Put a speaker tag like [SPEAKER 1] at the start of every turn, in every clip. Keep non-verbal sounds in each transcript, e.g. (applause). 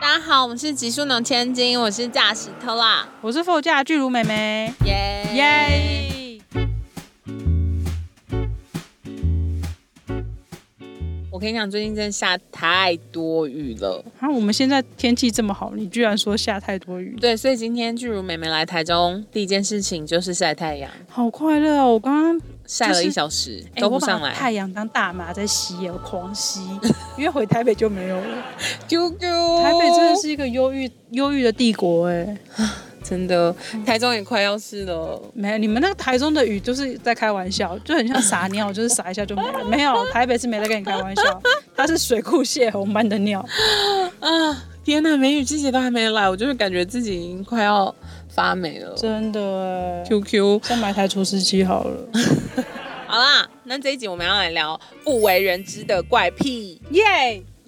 [SPEAKER 1] 大家好，我们是极速能千金，我是驾驶特拉，
[SPEAKER 2] 我是副驾巨乳妹妹，
[SPEAKER 1] 耶
[SPEAKER 2] 耶！
[SPEAKER 1] 我跟你讲，最近真的下太多雨了，
[SPEAKER 2] 啊，我们现在天气这么好，你居然说下太多雨，
[SPEAKER 1] 对，所以今天巨如妹妹来台中，第一件事情就是晒太阳，
[SPEAKER 2] 好快乐哦！我刚刚
[SPEAKER 1] 晒了一小时、
[SPEAKER 2] 哎
[SPEAKER 1] 都不
[SPEAKER 2] 我把
[SPEAKER 1] 上来。
[SPEAKER 2] 太阳当大麻在吸耶，我
[SPEAKER 1] (laughs)
[SPEAKER 2] 狂吸，因为回台北就没有了。
[SPEAKER 1] 啾啾，
[SPEAKER 2] 台北真的是一个忧郁忧郁的帝国哎，
[SPEAKER 1] 真的，台中也快要是了。
[SPEAKER 2] 没有你们那个台中的雨就是在开玩笑，就很像撒
[SPEAKER 1] (laughs)
[SPEAKER 2] 尿，就是撒一下就没了。没有台北是没在跟你开玩笑，它是水库泄洪般的尿。
[SPEAKER 1] 啊，天哪，梅雨季节都还没来，我就是感觉自己已经快要发霉了。
[SPEAKER 2] 真的哎，
[SPEAKER 1] QQ，
[SPEAKER 2] 先买台除湿机好
[SPEAKER 1] (laughs)
[SPEAKER 2] 了。
[SPEAKER 1] 好啦，那这一集我们要来聊不为人知的怪癖。
[SPEAKER 2] 耶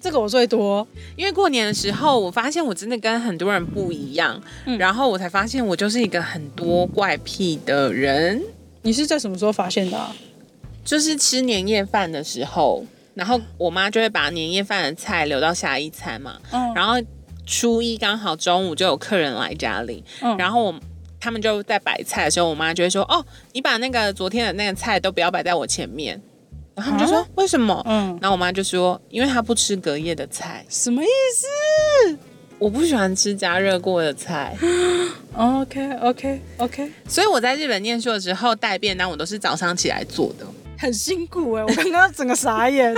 [SPEAKER 2] 这个我最多。
[SPEAKER 1] 因为过年的时候，我发现我真的跟很多人不一样，
[SPEAKER 2] 嗯
[SPEAKER 1] 然后我才发现我就是一个很多怪癖的人，
[SPEAKER 2] 你是在什么时候发现的、啊？
[SPEAKER 1] 就是吃年夜饭的时候，然后我妈就会把年夜饭的菜留到下一餐嘛，
[SPEAKER 2] 嗯
[SPEAKER 1] 然后初一刚好中午就有客人来家里，
[SPEAKER 2] 嗯
[SPEAKER 1] 然后我他们就在摆菜的时候，我妈就会说：“哦，你把那个昨天的那个菜都不要摆在我前面。”然后他们就说：“为什么？”
[SPEAKER 2] 嗯，
[SPEAKER 1] 然后我妈就说：“因为她不吃隔夜的菜，
[SPEAKER 2] 什么意思
[SPEAKER 1] 我不喜欢吃加热过的菜，
[SPEAKER 2] ？OK OK OK，
[SPEAKER 1] 所以我在日本念书的时候带便当，我都是早上起来做的。
[SPEAKER 2] 很辛苦哎、我刚刚整个傻眼。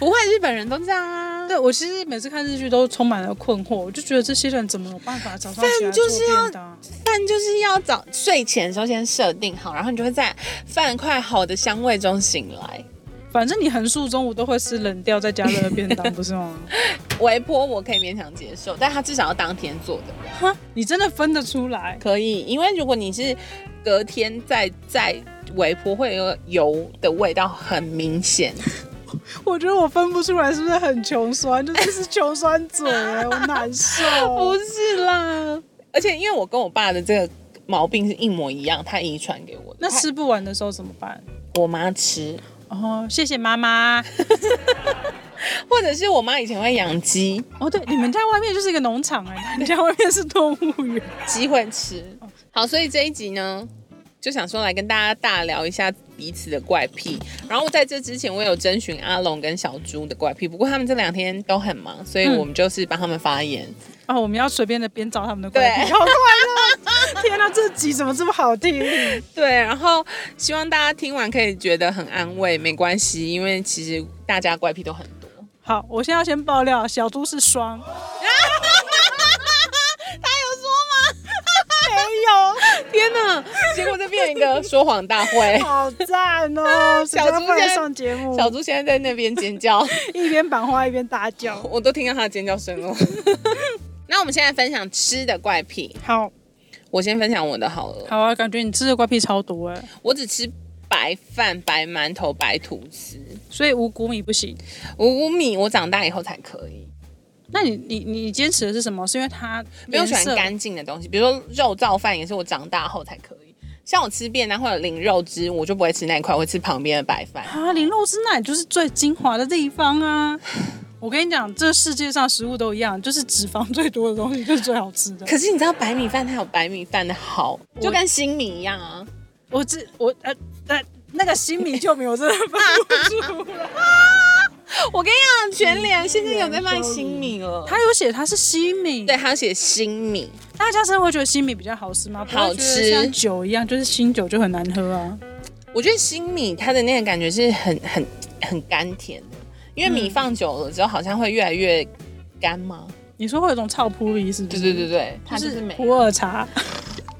[SPEAKER 1] 不会，日本人都这样啊。
[SPEAKER 2] (laughs) 对我其实每次看日剧都充满了困惑，我就觉得这些人怎么有办法早上起来
[SPEAKER 1] 饭就
[SPEAKER 2] 做
[SPEAKER 1] 是要
[SPEAKER 2] 便当？
[SPEAKER 1] 饭就是要早睡前的时候先设定好，然后你就会在饭快好的香味中醒来。
[SPEAKER 2] 反正你横竖中午都会吃冷掉再加热的便当，不是吗？
[SPEAKER 1] 微波我可以勉强接受，但他至少要当天做的。”
[SPEAKER 2] (laughs) 哈，你真的分得出来？
[SPEAKER 1] 可以，因为如果你是隔天再再微波，会有油的味道很明显。
[SPEAKER 2] 我觉得我分不出来，是不是很穷酸？就是是穷酸嘴、欸，我难 (laughs) 受。
[SPEAKER 1] 是啦，而且因为我跟我爸的这个毛病是一模一样，他遗传给我的。
[SPEAKER 2] 那吃不完的时候怎么办？
[SPEAKER 1] 我妈吃，
[SPEAKER 2] 哦，谢谢妈妈。
[SPEAKER 1] 或者是我妈以前会养鸡，
[SPEAKER 2] 哦，对，你们家外面就是一个农场哎、你们家外面是动物园。
[SPEAKER 1] 鸡会吃。好，所以这一集呢，就想说来跟大家大聊一下彼此的怪癖。然后在这之前，我有征询阿龙跟小猪的怪癖，不过他们这两天都很忙，所以
[SPEAKER 2] 嗯
[SPEAKER 1] 我们就是帮他们发言。
[SPEAKER 2] 哦，我们要随便的编造他们的怪 (laughs) 癖，好快乐！天哪、这集怎么这么好听？
[SPEAKER 1] 对，然后希望大家听完可以觉得很安慰，没关系，因为其实大家怪癖都很 (laughs) 多。
[SPEAKER 2] 好，我现在要先爆料，小猪是双，
[SPEAKER 1] 他有
[SPEAKER 2] 没
[SPEAKER 1] 说吗？ (laughs) 天哪！结果这变一个说谎大会
[SPEAKER 2] 有，。好赞哦！
[SPEAKER 1] 哎小猪
[SPEAKER 2] 谁叫不
[SPEAKER 1] 现
[SPEAKER 2] 来
[SPEAKER 1] 在
[SPEAKER 2] 上节目，
[SPEAKER 1] 小猪现在在那边尖叫，
[SPEAKER 2] 一边板花一边打脚。
[SPEAKER 1] (laughs) 我都听到他的尖叫声 (laughs) 了。那我们现在分享吃的怪癖，
[SPEAKER 2] 好
[SPEAKER 1] 我先分享我的好了。
[SPEAKER 2] 好啊，感觉你吃的怪癖超多哎，
[SPEAKER 1] 我只吃白饭、白馒头、白吐司，
[SPEAKER 2] 所以五谷米不行。
[SPEAKER 1] 五谷米我长大以后才可以。
[SPEAKER 2] 那你你你坚持的是什么？是因为它
[SPEAKER 1] 没有
[SPEAKER 2] 颜
[SPEAKER 1] 喜
[SPEAKER 2] 色
[SPEAKER 1] 欢干净的东西，比如说肉燥饭也是我长大后才可以。像我吃便当会有淋肉汁，我就不会吃那一块，我会吃旁边的白饭。
[SPEAKER 2] 啊，零肉汁那也就是最精华的地方啊！ (sighs) 我跟你讲，这世界上食物都一样，就是脂肪最多的东西就是最好吃的。
[SPEAKER 1] 可是你知道白米饭它有白米饭的好，
[SPEAKER 2] 我
[SPEAKER 1] 就跟新米一样啊。
[SPEAKER 2] (laughs) 我这我呃呃那个新米救米，我真的 (laughs) 分不出来。
[SPEAKER 1] 我跟你讲，全脸现在有在卖新米了。
[SPEAKER 2] 他有写它是西米，
[SPEAKER 1] 对，，它有写新米，
[SPEAKER 2] 大家真的会觉得西米比较好吃吗？不会
[SPEAKER 1] 好
[SPEAKER 2] 觉
[SPEAKER 1] 吃
[SPEAKER 2] 得像酒一样，就是新酒就很难喝啊。
[SPEAKER 1] 我觉得新米它的那个感觉是很很很甘甜的，因为米放久了之后好像会越来越干嘛。
[SPEAKER 2] 你说会有种臭扑鼻是不
[SPEAKER 1] 对对
[SPEAKER 2] 是？
[SPEAKER 1] 对对，它就
[SPEAKER 2] 就是是
[SPEAKER 1] 美啊
[SPEAKER 2] 普洱茶。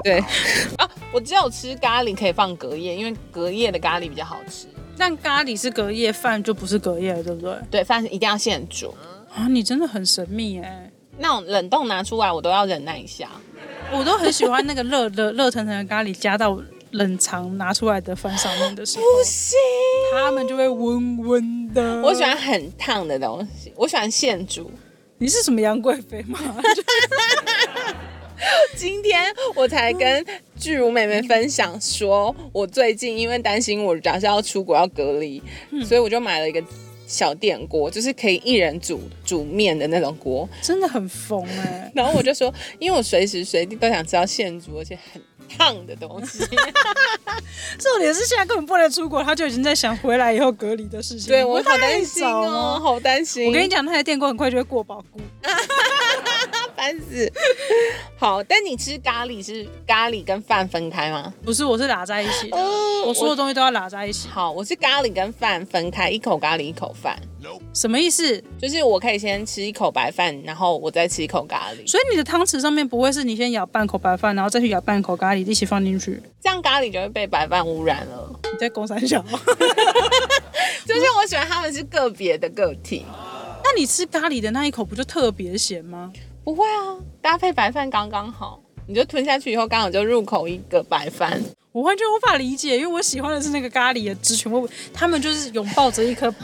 [SPEAKER 1] 对 (laughs) 啊，我只有吃咖喱可以放隔夜，因为隔夜的咖喱比较好吃。
[SPEAKER 2] 但咖喱是隔夜饭，就不是隔夜了，对不对？
[SPEAKER 1] 对，饭一定要现煮，
[SPEAKER 2] 啊，你真的很神秘哎、
[SPEAKER 1] 那种冷冻拿出来我都要忍耐一下。
[SPEAKER 2] 我都很喜欢那个热热热腾腾的咖喱加到冷藏拿出来的饭上面的时候，
[SPEAKER 1] 行，
[SPEAKER 2] 他们就会温温的。
[SPEAKER 1] 我喜，欢很烫的东西，我喜欢现煮。
[SPEAKER 2] 你是什么杨贵妃吗？
[SPEAKER 1] 今天我才跟巨乳妹妹分享
[SPEAKER 2] 嗯
[SPEAKER 1] 说，我最近因为担心我假设要出国要隔离，所以我就买了一个小电锅，就是可以一人煮煮面的那种锅。
[SPEAKER 2] (laughs) 真的很疯哎、
[SPEAKER 1] 然后我就说，因为我随时随地都想吃到现煮而且很烫的东
[SPEAKER 2] (laughs)
[SPEAKER 1] 西。
[SPEAKER 2] 重点是现在根本不能出国，他就已经在想回来以后隔离的事情。
[SPEAKER 1] 对我
[SPEAKER 2] 不
[SPEAKER 1] 好
[SPEAKER 2] 太
[SPEAKER 1] 担心
[SPEAKER 2] 早
[SPEAKER 1] 哦，
[SPEAKER 2] 吗。
[SPEAKER 1] 好担心。
[SPEAKER 2] 我跟你讲，那台电锅很快就会过保固。
[SPEAKER 1] 烦死。好，但你吃咖喱是咖喱跟饭分开吗？
[SPEAKER 2] 不是，我是拉在一起
[SPEAKER 1] 嗯
[SPEAKER 2] 的，呃哦我所有东西都要拉在一起。
[SPEAKER 1] 好，我是咖喱跟饭分开，一口咖喱一口饭，
[SPEAKER 2] 什么意思？
[SPEAKER 1] 就是我可以先吃一口白饭，然后我再吃一口咖喱，
[SPEAKER 2] 所以你的汤匙上面不会是你先舀半口白饭，然后再去舀半口咖喱一起放进去？
[SPEAKER 1] 这样咖喱就会被白饭污染了。
[SPEAKER 2] 你在公三小？
[SPEAKER 1] 就是我喜欢他们是个别的个体，
[SPEAKER 2] 那你吃咖喱的那一口不就特别咸吗？
[SPEAKER 1] 不会啊，搭配白饭刚刚好，你就吞下去以后刚好就入口一个白饭。
[SPEAKER 2] 我完全无法理解，因为我喜欢的是那个咖喱的汁全部，他们就是拥抱着一颗米，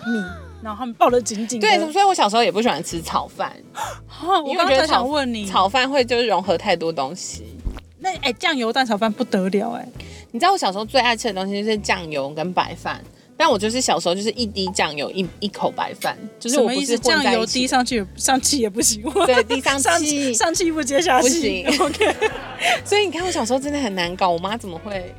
[SPEAKER 2] 然后他们抱得紧紧的。
[SPEAKER 1] 对，所以我小时候也不喜欢吃炒饭，
[SPEAKER 2] 哦，我
[SPEAKER 1] 因为
[SPEAKER 2] 刚
[SPEAKER 1] 觉
[SPEAKER 2] 才
[SPEAKER 1] 得炒
[SPEAKER 2] 想问你，
[SPEAKER 1] 炒饭会就是融合太多东西。
[SPEAKER 2] 那哎酱油蛋炒饭不得了哎、
[SPEAKER 1] 你知道我小时候最爱吃的东西就是酱油跟白饭，但我就是小时候就是一滴酱油一一口白饭，就是
[SPEAKER 2] 什
[SPEAKER 1] 我
[SPEAKER 2] 么
[SPEAKER 1] 不
[SPEAKER 2] 意
[SPEAKER 1] 是混
[SPEAKER 2] 思？酱
[SPEAKER 1] 在
[SPEAKER 2] 油
[SPEAKER 1] 一
[SPEAKER 2] 滴
[SPEAKER 1] 起。
[SPEAKER 2] 上去也上气也不行，
[SPEAKER 1] 对，滴上
[SPEAKER 2] (laughs) 上
[SPEAKER 1] 气，
[SPEAKER 2] 上气不接下
[SPEAKER 1] 不
[SPEAKER 2] 气。
[SPEAKER 1] 行
[SPEAKER 2] OK，
[SPEAKER 1] (laughs) 所以你看我小时候真的很难搞，我妈怎么会？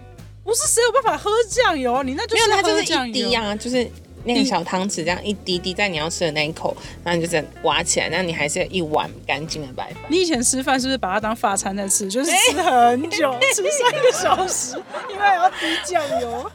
[SPEAKER 2] 不是谁有办法喝酱油？啊你那就
[SPEAKER 1] 没有，
[SPEAKER 2] 是
[SPEAKER 1] 它就
[SPEAKER 2] 喝
[SPEAKER 1] 是
[SPEAKER 2] 酱
[SPEAKER 1] 一
[SPEAKER 2] 油
[SPEAKER 1] 滴啊，就是那个小汤匙这样一滴滴在你要吃的那一口，然后你就这样挖起来，那你还是有一碗干净的白饭。
[SPEAKER 2] 你以前吃饭是不是把它当法餐在吃？就是吃很久，吃三个小时，因为要滴酱油。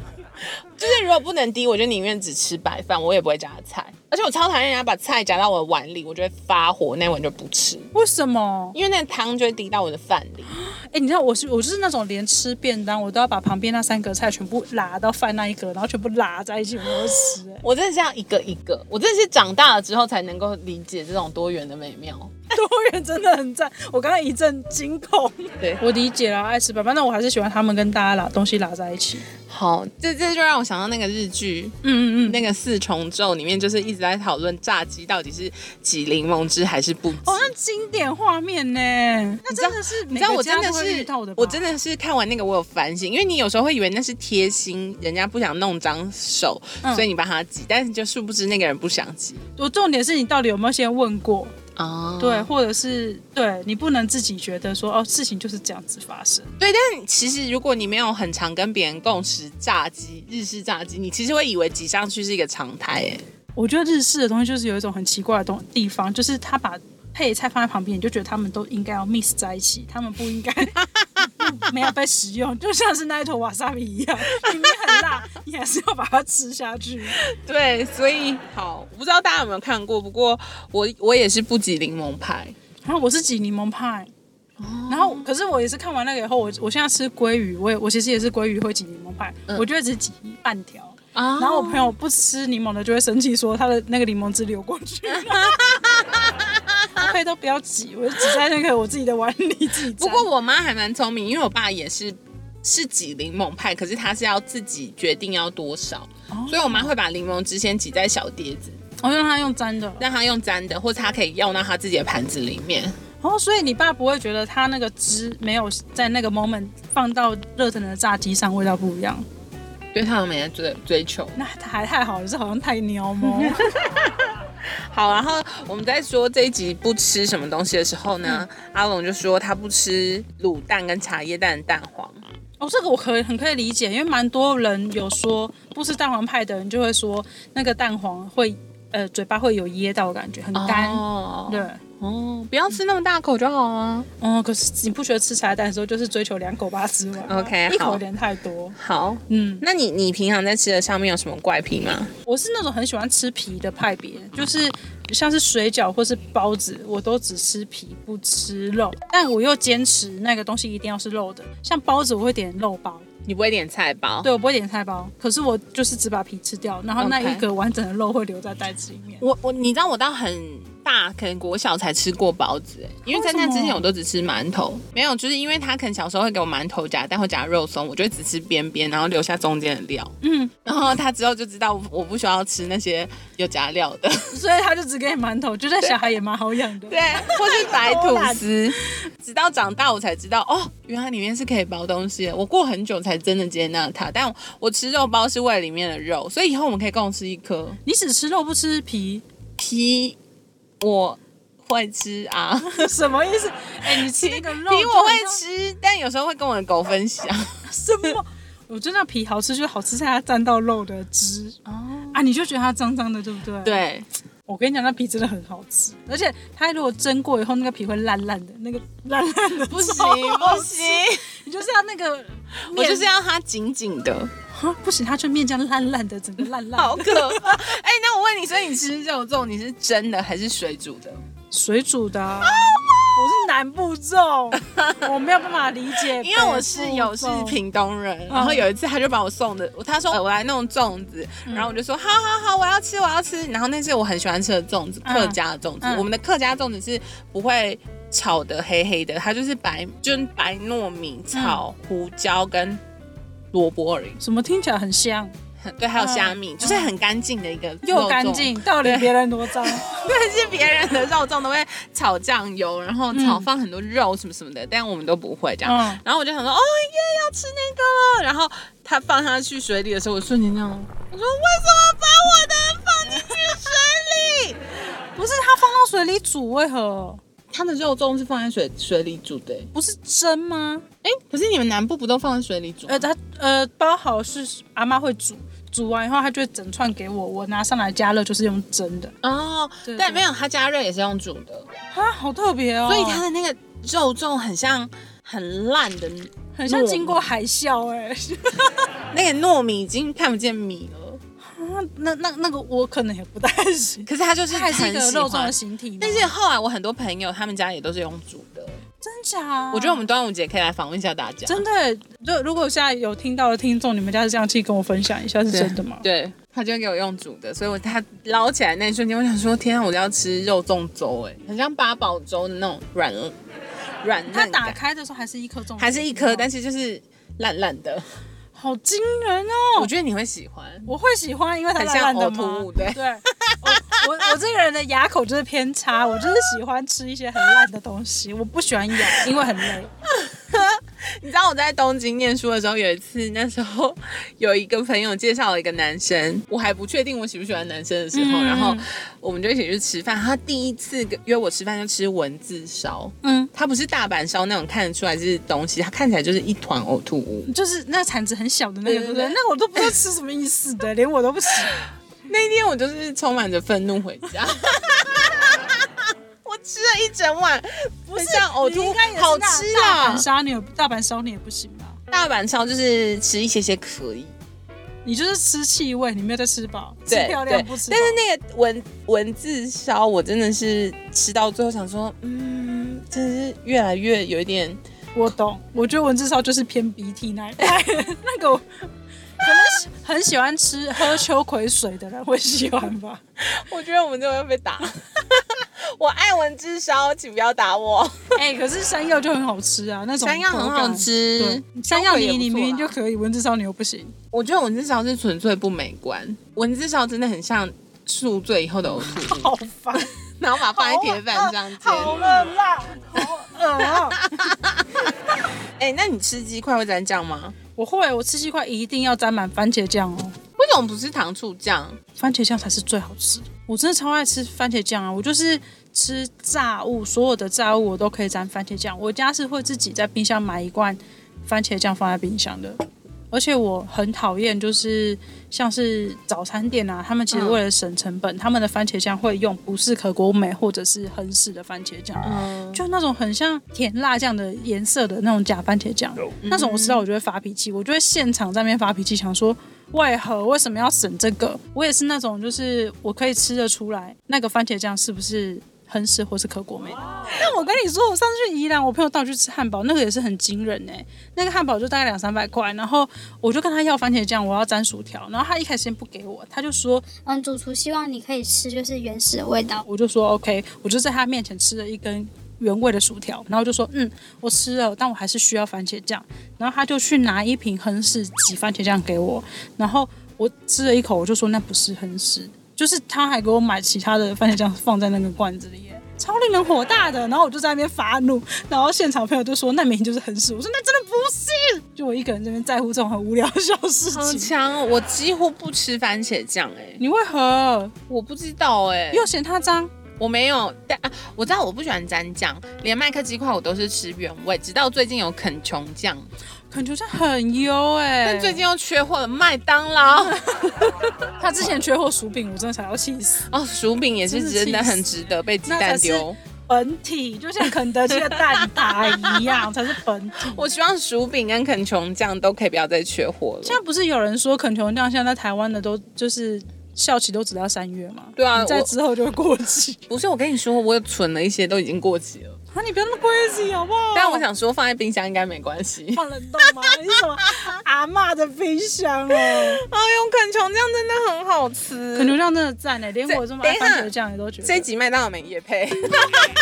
[SPEAKER 1] 就是如果不能滴，我就宁愿只吃白饭，我也不会夹菜。而且我超讨厌人家把菜夹到我的碗里，我就会发火，那碗就不吃，
[SPEAKER 2] 为什么？
[SPEAKER 1] 因为那个汤就会滴到我的饭里。
[SPEAKER 2] 哎、你知道我是我就是那种连吃便当，我都要把旁边那三格菜全部拉到饭那一格，然后全部拉在一起我都吃、哎
[SPEAKER 1] 我真的是要一个一个，我真的是长大了之后才能够理解这种多元的美妙。
[SPEAKER 2] 哎 (laughs) 多元真的很赞，我刚刚一阵惊恐。
[SPEAKER 1] 对
[SPEAKER 2] 我理解了，爱吃白饭，但我还是喜欢他们跟大家拉东西拉在一起。
[SPEAKER 1] 好，这这就让我想到那个日剧，
[SPEAKER 2] 嗯嗯嗯。
[SPEAKER 1] 那个《四重奏》里面就是一直在讨论炸鸡到底是挤柠檬汁还是不挤。
[SPEAKER 2] 哦，那经典画面呢？那真的是，你
[SPEAKER 1] 你知道我真的
[SPEAKER 2] 遇
[SPEAKER 1] 是
[SPEAKER 2] 到的吧，
[SPEAKER 1] 我真的是看完那个我有反省，因为你有时候会以为那是贴心，人家不想弄脏手，
[SPEAKER 2] 嗯
[SPEAKER 1] 所以你帮他挤，但是就殊不知那个人不想挤
[SPEAKER 2] 我重点是你到底有没有先问过？
[SPEAKER 1] 哦
[SPEAKER 2] 对，或者是对你不能自己觉得说哦，事情就是这样子发生。
[SPEAKER 1] 对，但其实如果你没有很常跟别人共食炸鸡、日式炸鸡，你其实会以为挤上去是一个常态，哎，
[SPEAKER 2] 我觉得日式的东西就是有一种很奇怪的东地方，就是他把配菜放在旁边，你就觉得他们都应该要 mix 在一起，他们不应该没有被使用，就像是那一坨瓦萨比一样，明明很辣，你还是要把它吃下去。
[SPEAKER 1] 对，所以好，我不知道大家有没有看过，不过我我也是不挤柠檬派，
[SPEAKER 2] 然后我是挤柠檬派。然后，可是我也是看完那个以后，我我现在吃鲑鱼，我也我其实也是鲑鱼会挤柠檬派，我就会只挤半条，
[SPEAKER 1] 啊
[SPEAKER 2] 然后我朋友不吃柠檬的就会生气，说他的那个柠檬汁流过去了。 (laughs) 可以都不要挤，我就挤在那个我自己的碗里自己
[SPEAKER 1] 不
[SPEAKER 2] 沾。
[SPEAKER 1] 过我妈还蛮聪明，因为我爸也是是挤柠檬派，可是他是要自己决定要多少，所以我妈会把柠檬汁先挤在小碟子，
[SPEAKER 2] 我就让他用沾的，
[SPEAKER 1] 让他用沾的，或者他可以用到他自己的盘子里面。
[SPEAKER 2] 哦，所以你爸不会觉得他那个汁没有在那个 moment 放到热腾腾的炸鸡上味道不一样，
[SPEAKER 1] 对他们没在追追求。
[SPEAKER 2] 那他还太好了，是好像太牛吗？
[SPEAKER 1] 好，然后我们在说这一集不吃什么东西的时候呢，阿龙就说他不吃卤蛋跟茶叶蛋的蛋黄。
[SPEAKER 2] (laughs) 哦，这个我可以很可以理解，因为蛮多人有说不吃蛋黄派的人就会说那个蛋黄会呃嘴巴会有噎到的感觉，很干。
[SPEAKER 1] 哦
[SPEAKER 2] 对，
[SPEAKER 1] 哦，不要吃那么大口就好啊。
[SPEAKER 2] 哦、可是你不觉得吃茶叶蛋的时候就是追求两口把它吃完吗
[SPEAKER 1] OK，
[SPEAKER 2] 一口
[SPEAKER 1] 好
[SPEAKER 2] 有点太多。
[SPEAKER 1] 好，
[SPEAKER 2] 嗯，
[SPEAKER 1] 那你你平常在吃的上面有什么怪癖吗？
[SPEAKER 2] 我是那种很喜欢吃皮的派别，就是像是水饺或是包子，我都只吃皮不吃肉，但我又坚持那个东西一定要是肉的。像包子我会点肉包，
[SPEAKER 1] 你不会点菜包？
[SPEAKER 2] 对我不会点菜包，可是我就是只把皮吃掉，然后那
[SPEAKER 1] OK
[SPEAKER 2] 一个完整的肉会留在袋子里面。
[SPEAKER 1] 我我你知道我到很大，可能国小才吃过包子、欸，因为在那之
[SPEAKER 2] 为什
[SPEAKER 1] 前
[SPEAKER 2] 么
[SPEAKER 1] 我都只吃馒头，没有，就是因为他可能小时候会给我馒头夹蛋或夹肉松，我就会只吃边边，然后留下中间的料，
[SPEAKER 2] 嗯，
[SPEAKER 1] (laughs) 然后他之后就知道我我不需要吃那些有夹料的， (laughs)
[SPEAKER 2] 所以他就只给你馒头，觉得小孩也蛮好养的。
[SPEAKER 1] 对，或是白吐司，直到长大我才知道，哦，原来里面是可以包东西的。我过很久才真的接纳它，但我吃肉包是为了里面的肉，所以以后我们可以共吃一颗
[SPEAKER 2] 你只吃肉不吃皮， (laughs)
[SPEAKER 1] 皮，我会吃啊，
[SPEAKER 2] 什么意思？哎、你吃一个
[SPEAKER 1] (laughs)
[SPEAKER 2] 肉，
[SPEAKER 1] 皮我会
[SPEAKER 2] 就很像
[SPEAKER 1] 吃，但有时候会跟我的狗分享。
[SPEAKER 2] 什么？ (laughs) 我真的皮好吃，就是好吃在它沾到肉的汁
[SPEAKER 1] 哦，
[SPEAKER 2] 啊，你就觉得它脏脏的，对不对？，
[SPEAKER 1] (laughs) 对，
[SPEAKER 2] 我跟你讲，那皮真的很好吃，而且它如果蒸过以后，那个皮会烂烂的，那个 (laughs) 烂烂的
[SPEAKER 1] 不行
[SPEAKER 2] 超好
[SPEAKER 1] 不
[SPEAKER 2] 吃
[SPEAKER 1] 行，，
[SPEAKER 2] 你就是要那个面，
[SPEAKER 1] 我就是要它紧紧的，
[SPEAKER 2] 啊，不行，它就面这样烂烂的，整个烂烂
[SPEAKER 1] 好
[SPEAKER 2] 的，
[SPEAKER 1] 可怕。哎、那我问你，所以你吃肉粽你是蒸的还是水煮的？
[SPEAKER 2] 水煮的啊、我是南
[SPEAKER 1] (laughs)
[SPEAKER 2] 部粽，我没有办法理解，
[SPEAKER 1] 因为我室友是屏东人，然后有一次他就把我送的，他说嗯嗯呃我来弄粽子，然后我就说好好好，我要吃我要吃。然后那是我很喜欢吃的粽子，
[SPEAKER 2] 嗯
[SPEAKER 1] 客家的粽子。
[SPEAKER 2] 嗯
[SPEAKER 1] 我们的客家粽子是不会炒的黑黑的，它就是白就是白糯米炒胡椒跟萝卜而已。
[SPEAKER 2] 什么听起来很香，
[SPEAKER 1] 对，还有虾米，就是很干净的一个肉
[SPEAKER 2] 又
[SPEAKER 1] 粽
[SPEAKER 2] 干，净，到底别人多
[SPEAKER 1] (laughs)
[SPEAKER 2] 脏？
[SPEAKER 1] 但是别人的肉粽都会炒酱油，然后炒放很多肉什么什么的，但我们都不会这样。
[SPEAKER 2] 嗯，
[SPEAKER 1] 然后我就想说，哦耶，要吃那个了。然后他放下去水里的时候，我瞬间这样，我说为什么把我的放进去水里？
[SPEAKER 2] 不是它放到水里煮，为何
[SPEAKER 1] 他的肉粽是放在水水里煮的、
[SPEAKER 2] 不是蒸吗？
[SPEAKER 1] 哎、可是你们南部不都放在水里煮？
[SPEAKER 2] 呃，它呃包好是阿妈会煮，煮完以后她就会整串给我，我拿上来加热就是用蒸的
[SPEAKER 1] 哦
[SPEAKER 2] 对，
[SPEAKER 1] 但
[SPEAKER 2] 对
[SPEAKER 1] 没有，他加热也是用煮的，
[SPEAKER 2] 啊，好特别哦，
[SPEAKER 1] 所以他的那个肉粽很像很烂的，
[SPEAKER 2] 很像经过海啸哎、
[SPEAKER 1] 那个糯米已经看不见米了。
[SPEAKER 2] 啊 (laughs) 那那那个我可能也不太行，
[SPEAKER 1] 可是他就是
[SPEAKER 2] 它还是一
[SPEAKER 1] 很
[SPEAKER 2] 个
[SPEAKER 1] 喜
[SPEAKER 2] 肉粽
[SPEAKER 1] 欢
[SPEAKER 2] 的。形体吗，
[SPEAKER 1] 但是后来我很多朋友他们家也都是用煮的，
[SPEAKER 2] 真假？
[SPEAKER 1] 我觉得我们端午节可以来访问一下大家。
[SPEAKER 2] 哦真的，就如果现在有听到的听众，你们家是这样，去跟我分享一下是
[SPEAKER 1] 对
[SPEAKER 2] 真的吗？
[SPEAKER 1] 对，他就给我用煮的，所以我他捞起来那一瞬间，我想说，天啊，我要吃肉粽粥，哎，很像八宝粥的那种软软
[SPEAKER 2] 它
[SPEAKER 1] 嫩
[SPEAKER 2] 打
[SPEAKER 1] 感，
[SPEAKER 2] 开的时候还是一颗粽，
[SPEAKER 1] 还是一颗，但
[SPEAKER 2] 是
[SPEAKER 1] 是就是烂烂的，
[SPEAKER 2] 好惊人哦！
[SPEAKER 1] 我觉得你会喜欢。
[SPEAKER 2] 我会喜欢，因为它烂烂的
[SPEAKER 1] 很像呕吐物
[SPEAKER 2] 吗？
[SPEAKER 1] 对
[SPEAKER 2] 对，我我我这个人的牙口就是偏差，我就是喜欢吃一些很烂的东西，我不喜欢咬，因为很累。
[SPEAKER 1] 你知道我在东京念书的时候，有一次，那时候有一个朋友介绍了一个男生，我还不确定我喜不喜欢男生的时候，
[SPEAKER 2] 嗯
[SPEAKER 1] 然后我们就一起去吃饭。他第一次约我吃饭就吃文字烧，
[SPEAKER 2] 嗯，
[SPEAKER 1] 他不是大阪烧那种看得出来是东西，他看起来就是一团呕吐物。
[SPEAKER 2] 就是那铲子很小的那
[SPEAKER 1] 对
[SPEAKER 2] 个，对不
[SPEAKER 1] 对
[SPEAKER 2] 对？
[SPEAKER 1] 对
[SPEAKER 2] 那个我都不知道吃什么意思
[SPEAKER 1] (laughs)
[SPEAKER 2] 的，连我都不行。
[SPEAKER 1] 那一天我就是充满着愤怒回家， (laughs) 我吃了一整碗，不是像呕
[SPEAKER 2] 你
[SPEAKER 1] 吐
[SPEAKER 2] 应该也，是
[SPEAKER 1] 好
[SPEAKER 2] 大
[SPEAKER 1] 吃
[SPEAKER 2] 大
[SPEAKER 1] 啊
[SPEAKER 2] 阪！烧你有大阪烧你也不行吧？
[SPEAKER 1] 大阪烧就是吃一些些可以，
[SPEAKER 2] 你就是吃气味，你没有在吃饱，吃
[SPEAKER 1] 对
[SPEAKER 2] 漂
[SPEAKER 1] 对
[SPEAKER 2] 亮不，吃饱。
[SPEAKER 1] 但是那个文文字烧，我真的是吃到最后想说，嗯，真的是越来越有一点，
[SPEAKER 2] 我懂，我觉得文字烧就是偏鼻涕那一派，那个我可能喜很喜欢吃喝秋葵水的人会喜欢吧。
[SPEAKER 1] (laughs) 我觉得我们这会被打。 (laughs) 我爱文字烧，请不要打我。
[SPEAKER 2] (laughs) 哎、可是山药就很好吃啊，那种
[SPEAKER 1] 山药很
[SPEAKER 2] 口感
[SPEAKER 1] 好。吃
[SPEAKER 2] 对，，山药
[SPEAKER 1] 秋葵也
[SPEAKER 2] 你你
[SPEAKER 1] 不错
[SPEAKER 2] 明
[SPEAKER 1] 啦
[SPEAKER 2] 明就可以，文字烧你又
[SPEAKER 1] (laughs)
[SPEAKER 2] 不行。
[SPEAKER 1] 我觉得蚊子烧是纯粹不美观，蚊子烧真的很像宿醉以后的呕 (laughs) 吐物，
[SPEAKER 2] 好 (laughs) 烦，
[SPEAKER 1] 然后把它放在铁板上煎。
[SPEAKER 2] 好饿啦，好饿啊！
[SPEAKER 1] 哎、那你吃鸡块会沾酱吗？
[SPEAKER 2] (laughs) 我会，我吃鸡块一定要沾满番茄酱哦，
[SPEAKER 1] 为什么不是糖醋酱？
[SPEAKER 2] 番茄酱才是最好吃的。我真的超爱吃番茄酱啊！我就是吃炸物，所有的炸物我都可以沾番茄酱。我家是会自己在冰箱买一罐番茄酱放在冰箱的。而且我很讨厌，就是像是早餐店啊，他们其实
[SPEAKER 1] 嗯
[SPEAKER 2] 为了省成本，他们的番茄酱会用不是可国美或者是亨氏的番茄酱，
[SPEAKER 1] 嗯，
[SPEAKER 2] 就那种很像甜辣酱的颜色的那种假番茄酱，
[SPEAKER 1] 嗯
[SPEAKER 2] 那种我吃到我就会发脾气，我就会现场在那边发脾气，想说为何为什么要省这个？我也是那种就是我可以吃得出来那个番茄酱是不是。亨氏或是可果美的，但我跟你说，我上次去宜兰，我朋友带我去吃汉堡，那个也是很惊人哎、那个汉堡就大概两三百块，然后我就跟他要番茄酱，我要沾薯条，然后他一开始先不给我，他就说
[SPEAKER 3] 嗯，主厨希望你可以吃就是原始的味道。
[SPEAKER 2] 我就说 OK，我就在他面前吃了一根原味的薯条，然后就说嗯，我吃了，但我还是需要番茄酱。然后他就去拿一瓶亨氏挤番茄酱给我，然后我吃了一口，我就说那不是亨氏，就是他还给我买其他的番茄酱放在那个罐子里耶。超令人火大的。然后我就在那边发怒，然后现场朋友就说那明明就是很屎。我说那真的不是，就我一个人这边在乎这种很无聊的小事
[SPEAKER 1] 好
[SPEAKER 2] 情。
[SPEAKER 1] 强哦！我几乎不吃番茄酱，哎，
[SPEAKER 2] 你为何
[SPEAKER 1] 我不知道哎、
[SPEAKER 2] 又嫌它脏？
[SPEAKER 1] 我没有，但、啊、我知道我不喜欢沾酱，连麦克鸡块我都是吃原味，直到最近有肯琼酱，
[SPEAKER 2] 肯球酱很优哎、
[SPEAKER 1] 但最近又缺货了麦当 (laughs) 劳
[SPEAKER 2] 他之前缺货薯饼，我真的想要气死。
[SPEAKER 1] 哦，薯饼也是真的很值得被鸡蛋丢。
[SPEAKER 2] 本体就像肯德基的蛋挞一样，才是本体。
[SPEAKER 1] 我希望薯饼跟肯琼酱都可以不要再缺货
[SPEAKER 2] 现
[SPEAKER 1] 了。
[SPEAKER 2] 在不是有人说肯琼酱现在在台湾的都就是效期都只到三月吗？
[SPEAKER 1] 对啊，
[SPEAKER 2] 在
[SPEAKER 1] 我
[SPEAKER 2] 之后就会过期。
[SPEAKER 1] 不是我跟你说，我有存了一些都已经过期了，
[SPEAKER 2] (laughs) 啊，你不要那么 crazy 好不好？
[SPEAKER 1] 但我想说放在冰箱应该没关 (laughs) 系。
[SPEAKER 2] 放冷冻吗？你是什么阿嬷的冰箱哦？
[SPEAKER 1] 哎呦，肯琼酱真的很好吃。
[SPEAKER 2] 肯琼酱真的赞呢，连
[SPEAKER 1] 这
[SPEAKER 2] 我这么爱
[SPEAKER 1] 等一下
[SPEAKER 2] 番茄酱也都觉得。
[SPEAKER 1] 这一集麦当劳没夜配。 (laughs)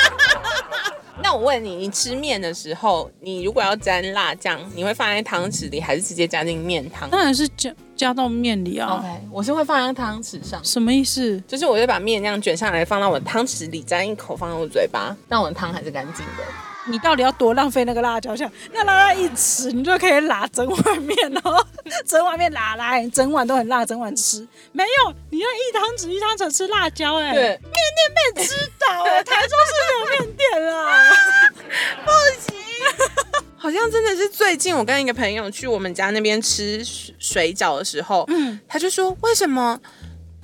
[SPEAKER 1] 那我问你，你吃面的时候，你如果要沾辣酱，你会放在汤匙里，还是直接加进面汤
[SPEAKER 2] 当然是加加到面里啊。
[SPEAKER 1] ？OK，我是会放在汤匙上，
[SPEAKER 2] 什么意思？
[SPEAKER 1] 就是我会把面这样卷上来，放到我的汤匙里，沾一口，放到我嘴巴，让我的汤还是干净的。
[SPEAKER 2] 你到底要多浪费那个辣椒酱？那辣椒一吃，你就可以拉整碗面哦， (laughs) 整碗面拉来，整碗都很辣，整碗吃。没有，你要一汤匙一汤匙吃辣椒、哎，
[SPEAKER 1] 对，
[SPEAKER 2] 面店被知道 (laughs) 哎、台中是有面店啦。
[SPEAKER 1] 好像真的是最近我跟一个朋友去我们家那边吃水水饺的时候，嗯，他就说为什么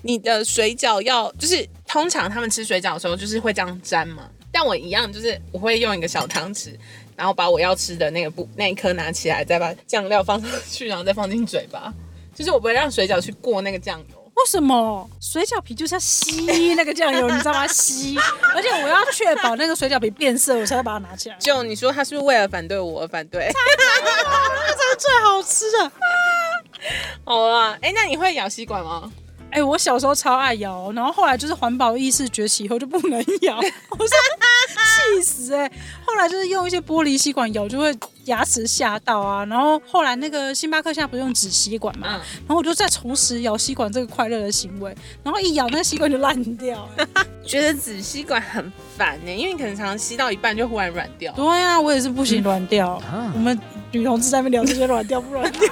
[SPEAKER 1] 你的水饺要就是通常他们吃水饺的时候就是会这样沾嘛，但我一样就是我会用一个小汤匙，然后把我要吃的那个不那一颗拿起来，再把酱料放上去，然后再放进嘴巴， (laughs) 就是我不会让水饺去过那个酱油。
[SPEAKER 2] 为什么水饺皮就是要吸那个酱油，你知道吗？吸，而且我要确保那个水饺皮变色，我才会把它拿 (laughs) 起来。
[SPEAKER 1] 就你说他是不是为了反对我而反对？
[SPEAKER 2] 那才是最好吃的。
[SPEAKER 1] (laughs) 好啦，哎、那你会咬吸管吗？
[SPEAKER 2] 哎、我小时候超爱摇，然后后来就是环保意识崛起以后就不能摇， (laughs) 我说气死哎、后来就是用一些玻璃吸管摇，就会牙齿吓到啊。然后后来那个星巴克现在不是用纸吸管嘛，
[SPEAKER 1] 嗯
[SPEAKER 2] 然后我就再重拾摇吸管这个快乐的行为，然后一摇那个吸管就烂掉、哎
[SPEAKER 1] 觉得纸吸管很烦呢、因为你可能常常吸到一半就忽然软掉。
[SPEAKER 2] 对呀、啊，我也是不行软掉。我们女同志在那边聊这些软掉不软掉，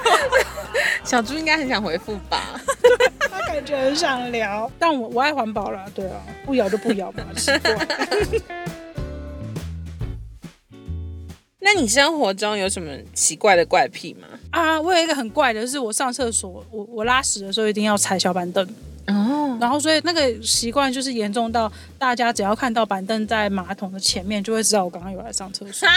[SPEAKER 1] 小猪应该很想回复吧？
[SPEAKER 2] 她感觉很想聊。但我我爱环保啦，对啊，不摇就不摇嘛，奇怪。
[SPEAKER 1] 那你生活中有什么奇怪的怪癖吗？
[SPEAKER 2] 啊，我有一个很怪的是，我上厕所，我我拉屎的时候一定要踩小板凳，
[SPEAKER 1] 哦，
[SPEAKER 2] 然后所以那个习惯就是严重到大家只要看到板凳在马桶的前面，就会知道我刚刚有来上厕所。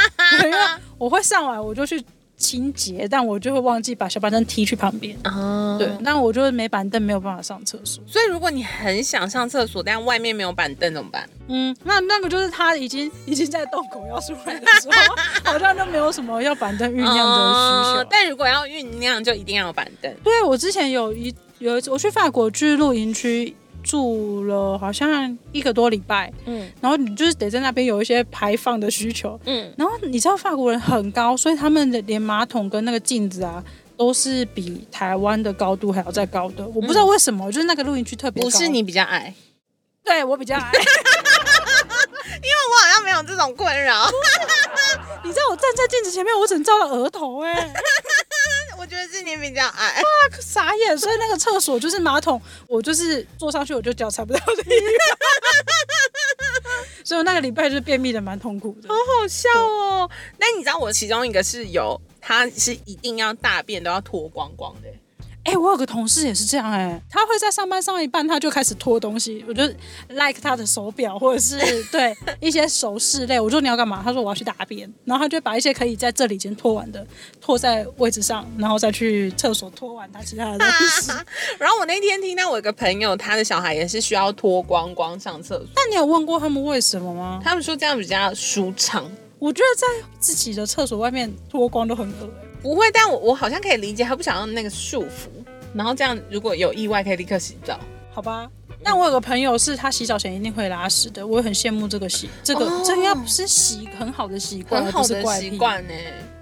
[SPEAKER 2] 因为我会上来，我就去清洁，但我就会忘记把小板凳踢去旁边。
[SPEAKER 1] 哦，
[SPEAKER 2] 对，那我就是没板凳，没有办法上厕所。
[SPEAKER 1] 所以如果你很想上厕所，但外面没有板凳怎么办？
[SPEAKER 2] 嗯，那那个就是他已经已经在洞口要出来的时候，好像就没有什么要板凳酝酿的需求。
[SPEAKER 1] 哦但如果要酝酿，就一定要有板凳。
[SPEAKER 2] 对，我之前有一有一次，我去法国去露营区住了好像一个多礼拜，
[SPEAKER 1] 嗯
[SPEAKER 2] 然后你就是得在那边有一些排放的需求。
[SPEAKER 1] 嗯，
[SPEAKER 2] 然后你知道法国人很高，所以他们的连马桶跟那个镜子啊，都是比台湾的高度还要再高的。我不知道为什么，就是那个露营区特别高。
[SPEAKER 1] 不嗯是，你比较矮，
[SPEAKER 2] 对我比较矮。
[SPEAKER 1] 因为我好像没有这种困扰。
[SPEAKER 2] (laughs) 你知道我站在镜子前面，我只能照到额头哎、
[SPEAKER 1] 我觉得是你比较矮。
[SPEAKER 2] (laughs) 傻眼。所以那个厕所就是马桶，我就是坐上去我就脚踩不到地。 (laughs) 所以我那个礼拜就是便秘的蛮痛苦的。
[SPEAKER 1] 好好笑哦！那你知道我其中一个室友，他是一定要大便都要脱光光的。
[SPEAKER 2] 哎、我有个同事也是这样哎、他会在上班上一半他就开始脱东西，我就 like 他的手表或者是对一些首饰类，我说你要干嘛？他说我要去大便，然后他就把一些可以在这里已经脱完的脱在位置上，然后再去厕所脱完他其他的东西。
[SPEAKER 1] 然后我那天听到我有个朋友，他的小孩也是需要脱光光上厕所，
[SPEAKER 2] 但你有问过他们为什么吗？
[SPEAKER 1] 他们说这样比较舒畅。
[SPEAKER 2] 我觉得在自己的厕所外面脱光都很恶欸
[SPEAKER 1] 不会，但我我好像可以理解，他不想要那个束缚。然后这样，如果有意外，可以立刻洗澡。
[SPEAKER 2] 好吧。
[SPEAKER 1] 嗯
[SPEAKER 2] 但我有个朋友是他洗澡前一定会拉屎的，我也很羡慕这个习，这个、
[SPEAKER 1] 哦
[SPEAKER 2] 这应该不是习很好的习惯，
[SPEAKER 1] 很好
[SPEAKER 2] 而不
[SPEAKER 1] 的
[SPEAKER 2] 是怪癖
[SPEAKER 1] 习。惯呢、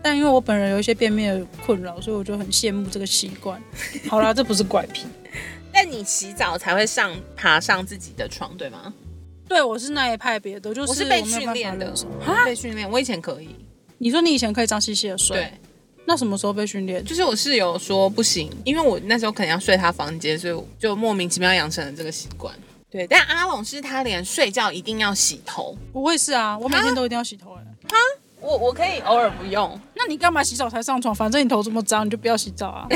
[SPEAKER 2] 但因为我本人有一些便秘的困扰，所以我就很羡慕这个习
[SPEAKER 1] (laughs)
[SPEAKER 2] 惯。好啦，这不是怪癖，
[SPEAKER 1] 但你洗澡才会上爬上自己的床，对吗？
[SPEAKER 2] 对我是那一派别的，就是
[SPEAKER 1] 我是被
[SPEAKER 2] 没有办
[SPEAKER 1] 训
[SPEAKER 2] 法
[SPEAKER 1] 练的
[SPEAKER 2] 忍受，
[SPEAKER 1] 被训练。我以前可以，
[SPEAKER 2] 你说你以前可以脏兮兮的睡，
[SPEAKER 1] 对，
[SPEAKER 2] 那什么时候被训练？
[SPEAKER 1] 就是我室友说不行，因为我那时候可能要睡他房间，所以我就莫名其妙养成了这个习惯。对，但阿龙是他连睡觉一定要洗头，
[SPEAKER 2] 我也是啊，我每天都一定要洗头哎、
[SPEAKER 1] 我我可以偶尔不用，
[SPEAKER 2] 那你干嘛洗澡才上床？反正你头这么脏，你就不要洗
[SPEAKER 1] (laughs)
[SPEAKER 2] 澡啊。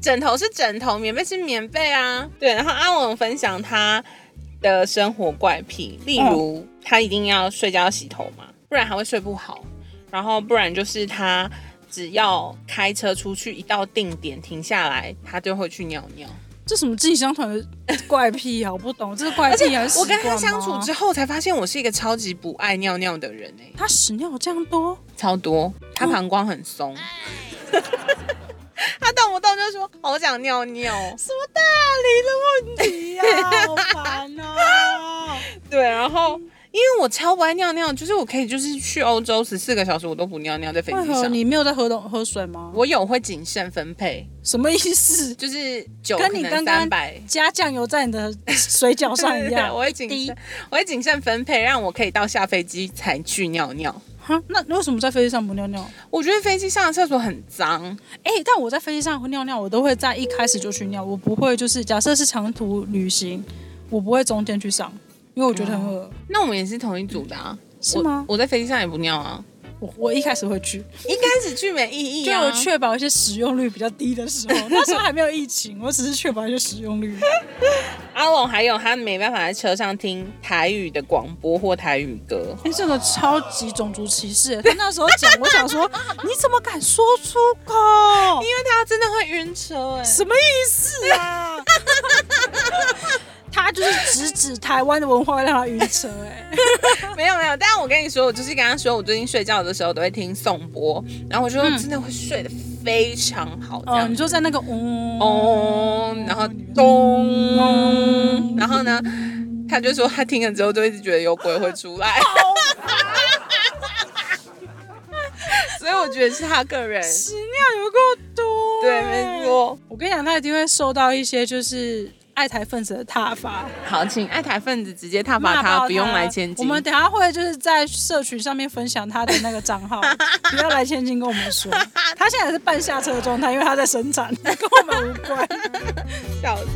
[SPEAKER 1] 枕头是枕头，棉被是棉被啊。对，然后阿龙分享他的生活怪癖，例如、
[SPEAKER 2] 嗯
[SPEAKER 1] 他一定要睡觉要洗头嘛，不然还会睡不好。然后不然就是他只要开车出去，一到定点停下来，他就会去尿尿。
[SPEAKER 2] 这什么自己相团的怪癖啊？我不懂，这是怪癖还是
[SPEAKER 1] 我跟他
[SPEAKER 2] 习惯
[SPEAKER 1] 相
[SPEAKER 2] 吗
[SPEAKER 1] 处之后，才发现我是一个超级不爱尿尿的人哎、
[SPEAKER 2] 他屎尿这样多，
[SPEAKER 1] 超多，他膀胱很松。
[SPEAKER 2] 哎
[SPEAKER 1] (laughs) 他动不动就说好想尿尿，
[SPEAKER 2] 什么大理 (laughs) 的问题呀、啊？好烦啊！
[SPEAKER 1] 对，然后因为我超不爱尿尿，就是我可以就是去欧洲十四个小时我都不尿尿在飞
[SPEAKER 2] 为
[SPEAKER 1] 机
[SPEAKER 2] 何
[SPEAKER 1] 上，
[SPEAKER 2] 哎你没有在喝东喝水吗？
[SPEAKER 1] 我有会谨慎分配，
[SPEAKER 2] 什么意思？
[SPEAKER 1] 就是酒
[SPEAKER 2] 跟
[SPEAKER 1] 可
[SPEAKER 2] 你
[SPEAKER 1] 能
[SPEAKER 2] 刚刚
[SPEAKER 1] 三百
[SPEAKER 2] 加酱油在你的水饺上一 (laughs) 样，
[SPEAKER 1] 我会谨
[SPEAKER 2] 滴
[SPEAKER 1] 慎，我会谨慎分配，让我可以到下飞机才去尿尿。
[SPEAKER 2] 哈，那你为什么在飞机上不尿尿？
[SPEAKER 1] 我觉得飞机上的厕所很脏，
[SPEAKER 2] 哎、但我在飞机上会尿尿，我都会在一开始就去尿，我不会就是假设是长途旅行，我不会中间去上，因为我觉得很恶、
[SPEAKER 1] 那我们也是同一组的啊。
[SPEAKER 2] 是吗？
[SPEAKER 1] 我？我在飞机上也不尿
[SPEAKER 2] (laughs)
[SPEAKER 1] 啊，
[SPEAKER 2] 我我一开始会去，
[SPEAKER 1] 一开始去没意义
[SPEAKER 2] 就 (laughs)
[SPEAKER 1] 啊。
[SPEAKER 2] 我确保一些使用率比较低的时候， (laughs) 那时候还没有疫情，我只是确保一些使用率。
[SPEAKER 1] 阿龙还有他没办法在车上听台语的广播或台语歌，
[SPEAKER 2] 哎、这个超级种族歧视，他那时候讲，我想说你怎么敢说出口？
[SPEAKER 1] 因为他真的会晕车哎、
[SPEAKER 2] 什么意思啊？他就是直指台湾的文化会让他晕车、哎，
[SPEAKER 1] 没有没有，但是我跟你说，我就是跟他说，我最近睡觉的时候都会听颂钵，然后我就说真的会睡得非常好， (laughs) 这
[SPEAKER 2] 哦，
[SPEAKER 1] 样
[SPEAKER 2] 你
[SPEAKER 1] 子。
[SPEAKER 2] 就在那个嗯嗡
[SPEAKER 1] 哦，然后咚，然后呢，他就说他听了之后就一直觉得有鬼会出来， (laughs) 所以我觉得是他个人，
[SPEAKER 2] 屎尿有够多、哎
[SPEAKER 1] 对，没。错。
[SPEAKER 2] 我跟你讲，他一定会受到一些就是爱台分子的挞伐，
[SPEAKER 1] 好，请爱台分子直接踏伐
[SPEAKER 2] 骂爆
[SPEAKER 1] 他，不用来千金。
[SPEAKER 2] 我们等一下会就是在社群上面分享他的那个账号，不要来千金跟我们
[SPEAKER 1] (laughs)
[SPEAKER 2] 说。他现在是半下车的状态，因为他在生产，跟我们无关。
[SPEAKER 1] 笑死。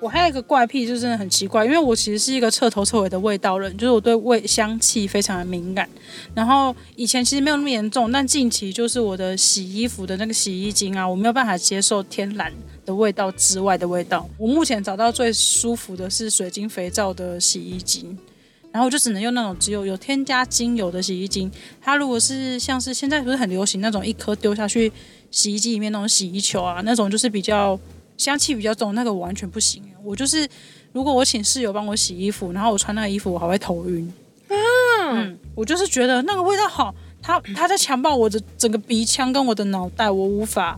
[SPEAKER 2] 我还有一个怪癖，就是真的很奇怪，因为我其实是一个彻头彻尾的味道人，就是我对味香气非常的敏感。然后以前其实没有那么严重，但近期就是我的洗衣服的那个洗衣精啊，我没有办法接受天然的味道之外的味道。我目前找到最舒服的是水晶肥皂的洗衣精。然后我就只能用那种只有有添加精油的洗衣精。它如果是像是现在不是很流行那种一颗丢下去洗衣机里面那种洗衣球啊，那种就是比较香气比较重，那个我完全不行。欸我就是如果我请室友帮我洗衣服，然后我穿那个衣服，我还会头晕。嗯，我就是觉得那个味道好，它它在强暴我的整个鼻腔跟我的脑袋，我无法，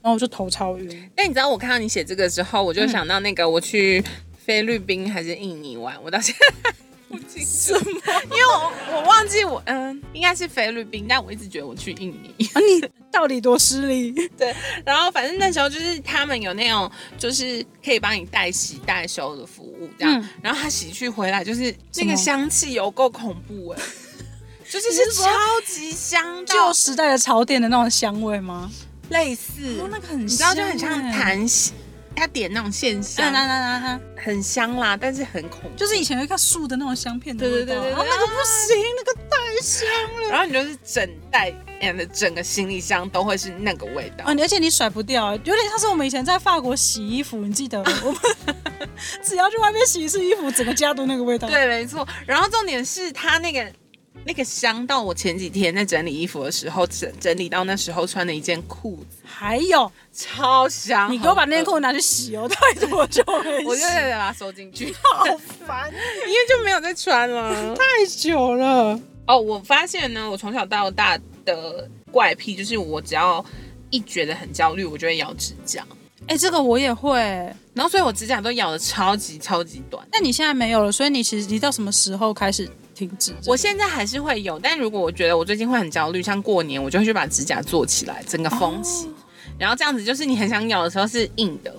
[SPEAKER 2] 然后我就头超晕。
[SPEAKER 1] 哎但你知道，我看到你写这个之后，我
[SPEAKER 2] 嗯
[SPEAKER 1] 就想到那个我去菲律宾还是印尼玩，我到现在不清楚， (laughs) 因为我我忘记我嗯，应该是菲律宾，但我一直觉得我去印尼。 (laughs)
[SPEAKER 2] 啊，你到底多失礼？
[SPEAKER 1] 然后反正那时候就是他们有那种就是可以帮你代洗代收的服务这样，
[SPEAKER 2] 嗯
[SPEAKER 1] 然后他洗去回来就是那
[SPEAKER 2] 什么
[SPEAKER 1] 个香气有够恐怖
[SPEAKER 2] (laughs)
[SPEAKER 1] 哎、就是
[SPEAKER 2] 你是
[SPEAKER 1] 是
[SPEAKER 2] 说
[SPEAKER 1] 超级香
[SPEAKER 2] 旧
[SPEAKER 1] 到
[SPEAKER 2] 时代的潮店的那种香味吗？
[SPEAKER 1] 类似，
[SPEAKER 2] 哦，那个很
[SPEAKER 1] 你知道就很
[SPEAKER 2] 香
[SPEAKER 1] 像
[SPEAKER 2] 欸。
[SPEAKER 1] 檀香，他点那种线
[SPEAKER 2] 啊
[SPEAKER 1] 香，
[SPEAKER 2] 啦啦啦啦！
[SPEAKER 1] 很香啦，但是很恐怖。
[SPEAKER 2] 就是以前有一个树的那种香片的味
[SPEAKER 1] 对
[SPEAKER 2] 道，
[SPEAKER 1] 对对对对
[SPEAKER 2] 然后那个不行，那个太香了。
[SPEAKER 1] 然后你就是整袋 and 整个行李箱都会是那个味道。
[SPEAKER 2] 啊，你而且你甩不掉，有点像是我们以前在法国洗衣服，你记得吗？ (laughs) 我们只要去外面洗一次衣服，整个家都那个味道。
[SPEAKER 1] 对，没错。然后重点是它那个那个香到我前几天在整理衣服的时候，整整理到那时候穿的一件裤子，
[SPEAKER 2] 还有，
[SPEAKER 1] 超香。
[SPEAKER 2] 你给我把那件
[SPEAKER 1] 件
[SPEAKER 2] 裤子拿去洗哦，太多就会洗，
[SPEAKER 1] 我就得把它收进去，
[SPEAKER 2] 好烦，
[SPEAKER 1] 因为就没有再穿了。
[SPEAKER 2] 太久了。
[SPEAKER 1] 哦，我发现呢，我从小到大的怪癖就是，我只要一觉得很焦虑，我就会咬指甲，
[SPEAKER 2] 哎、这个我也会。
[SPEAKER 1] 然后所以我指甲都咬的超级超级短。
[SPEAKER 2] 那你现在没有了，所以你其实你到什么时候开始停止这个？
[SPEAKER 1] 我现在还是会有，但如果我觉得我最近会很焦虑，像过年，我就会去
[SPEAKER 2] 哦
[SPEAKER 1] 把指甲做起来，整个封起，然后这样子就是你很想咬的时候是硬的，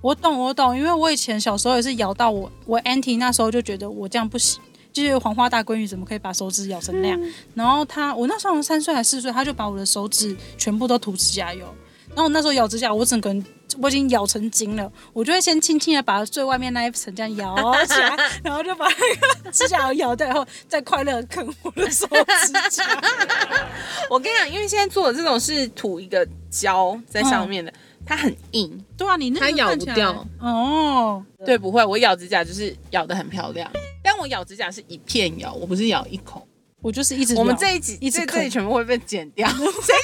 [SPEAKER 2] 我懂，我懂，因为我以前小时候也是咬到我，我 auntie 那时候就觉得我这样不行，就是黄花大闺女怎么可以把手指咬成那样？
[SPEAKER 1] 嗯
[SPEAKER 2] 然后她，我那时候好像三岁还是四岁，她就把我的手指全部都涂指甲油。然后我那时候咬指甲，我整个人我已经咬成筋了，我就会先轻轻的把最外面那一层这样咬起
[SPEAKER 1] (laughs)
[SPEAKER 2] 来，然后就把那个指甲油咬掉，然后再快乐地啃我的手指
[SPEAKER 1] (laughs)
[SPEAKER 2] 甲。
[SPEAKER 1] 我跟你讲，因为现在做的这种是涂一个胶在上面的，
[SPEAKER 2] 嗯
[SPEAKER 1] 它很硬，
[SPEAKER 2] 对啊，你那个
[SPEAKER 1] 它咬
[SPEAKER 2] 看
[SPEAKER 1] 不
[SPEAKER 2] 起来
[SPEAKER 1] 掉
[SPEAKER 2] 哦。
[SPEAKER 1] 对，不会，我咬指甲就是咬得很漂亮，但我咬指甲是一片咬，我不是咬一口。
[SPEAKER 2] 我就是一直
[SPEAKER 1] 我们
[SPEAKER 2] 咬
[SPEAKER 1] 这一集
[SPEAKER 2] 一直
[SPEAKER 1] 这这
[SPEAKER 2] 啃
[SPEAKER 1] 里，全部会被剪
[SPEAKER 2] (laughs)
[SPEAKER 1] 掉，谁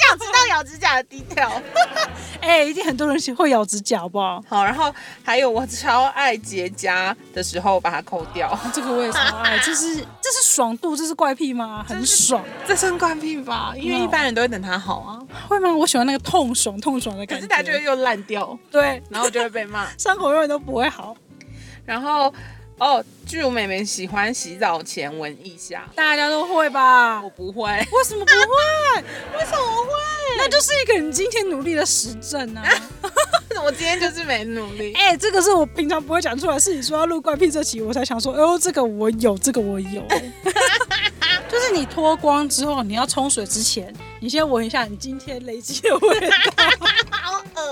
[SPEAKER 1] 想知道咬指甲的低调？
[SPEAKER 2] 哎、一定很多人喜会咬指甲，好不好？
[SPEAKER 1] 好，然后还有我 (laughs) 超爱结痂的时候把它抠掉，
[SPEAKER 2] 这个我也超爱，这 (laughs) 是这是爽度，这是怪癖吗？很爽，
[SPEAKER 1] (laughs) 这算怪癖吧？ (laughs) 因为一般人都会等它好啊，
[SPEAKER 2] 会吗？我喜欢那个痛爽痛爽的
[SPEAKER 1] 可
[SPEAKER 2] 感觉。
[SPEAKER 1] 是它就会又烂掉，
[SPEAKER 2] 对
[SPEAKER 1] 然后我就会被骂。 (laughs)
[SPEAKER 2] 伤口永远都不会好。
[SPEAKER 1] 然后哦，巨乳妹妹喜欢洗澡前闻一下，
[SPEAKER 2] 大家都会吧？
[SPEAKER 1] 我不 (laughs) 会。
[SPEAKER 2] 为什么不会？为什么会？那就是一个你今天努力的实证 (laughs) 啊！
[SPEAKER 1] 我今天就是没努力。
[SPEAKER 2] 哎、这个是我平常不会讲出来，是你说要录怪癖这期，我才想说，哎呦，这个我有，这个我 (laughs) 有。就是你脱光之后，你要冲水之前，你先闻一下你今天累积的味 (laughs) 道。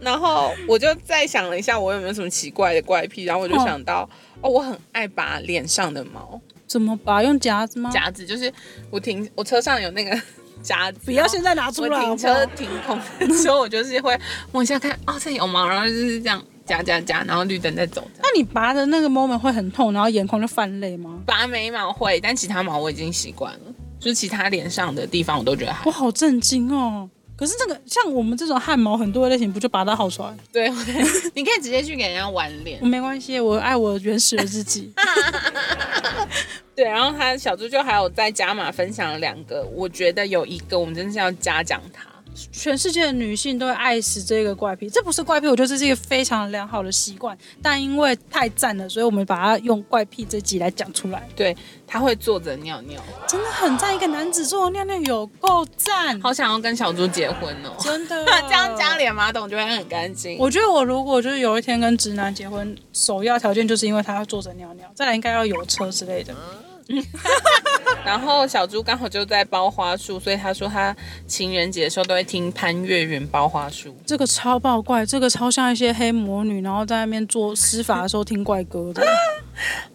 [SPEAKER 1] 然后我就再想了一下，我有没有什么奇怪的怪癖，然后我就想到，哦，我很爱拔脸上的毛，
[SPEAKER 2] 怎么拔？用夹子吗？
[SPEAKER 1] 夹子就是我停，我车上有那个 (laughs) 夹子，
[SPEAKER 2] 不要
[SPEAKER 1] 然后
[SPEAKER 2] 现在拿出
[SPEAKER 1] 我
[SPEAKER 2] 来好
[SPEAKER 1] 停
[SPEAKER 2] 不好
[SPEAKER 1] 车停空的时候，我就是会摸一下看，哦，这里有毛，然后就是这样夹夹夹，然后绿灯再走。这样
[SPEAKER 2] 那你拔的那个 moment 会很痛，然后眼眶就泛泪吗？
[SPEAKER 1] 拔眉毛会，但其他毛我已经习惯了，就是其他脸上的地方我都觉得还
[SPEAKER 2] 我好震惊哦！可是这个像我们这种汗毛很多的类型，不就拔到好出来？
[SPEAKER 1] 对， (laughs) 你可以直接去给人家玩脸。
[SPEAKER 2] 我没关系，我爱我原始的
[SPEAKER 1] (laughs)
[SPEAKER 2] 自己。
[SPEAKER 1] 对，然后他小猪就还有在加码分享了两个，我觉得有一个我们真的是要嘉奖他。
[SPEAKER 2] 全世界的女性都会爱死这个怪癖，这不是怪癖，我觉得这是一个非常良好的习惯。但因为太赞了，所以我们把它用怪癖这集来讲出来，
[SPEAKER 1] 对，他会坐着尿尿，
[SPEAKER 2] 真的很赞。一个男子做的尿尿有够赞，
[SPEAKER 1] 好想要跟小猪结婚哦。 (laughs)
[SPEAKER 2] 真的
[SPEAKER 1] 这样家。里的马桶就会很干净。
[SPEAKER 2] 我觉得我如果就是有一天跟直男结婚，首要条件就是因为他要坐着尿尿，再来应该要有车之类的。
[SPEAKER 1] 然后小猪刚好就在包花束，所以他说他情人节的时候都会听潘越云包花束。
[SPEAKER 2] 这个超爆怪，这个超像一些黑魔女，然后在那边做施法的时候听怪歌
[SPEAKER 1] (laughs)
[SPEAKER 2] 的。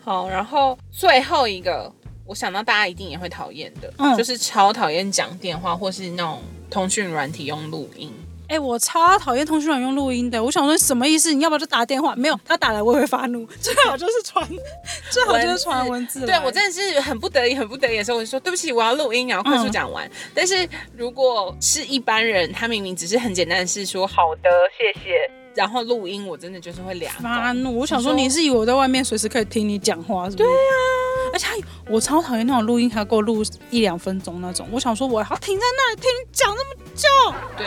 [SPEAKER 1] 好，然后最后一个，我想到大家一定也会讨厌的，
[SPEAKER 2] 嗯
[SPEAKER 1] 就是超讨厌讲电话或是那种通讯软体用录音。
[SPEAKER 2] 哎、我超讨厌通讯软用录音的，我想说什么意思？你要不要就打电话？没有，他打来我也会发怒，最好就是传，最好就是传文字来。
[SPEAKER 1] 对我真的是很不得已、很不得已的时候，我就说对不起，我要录音，然后快速讲完。但是如果是一般人，他明明只是很简单的是说好的，谢谢，然后录音，我真的就是会俩
[SPEAKER 2] 发
[SPEAKER 1] 狗。
[SPEAKER 2] 怒，哦我想说你是以为我在外面随时可以听你讲话是不是？对
[SPEAKER 1] 啊
[SPEAKER 2] 呀、而且他我超讨厌那种录音还给我录一两分钟那种，我想说我还要停在那里听你讲那么久。
[SPEAKER 1] 对，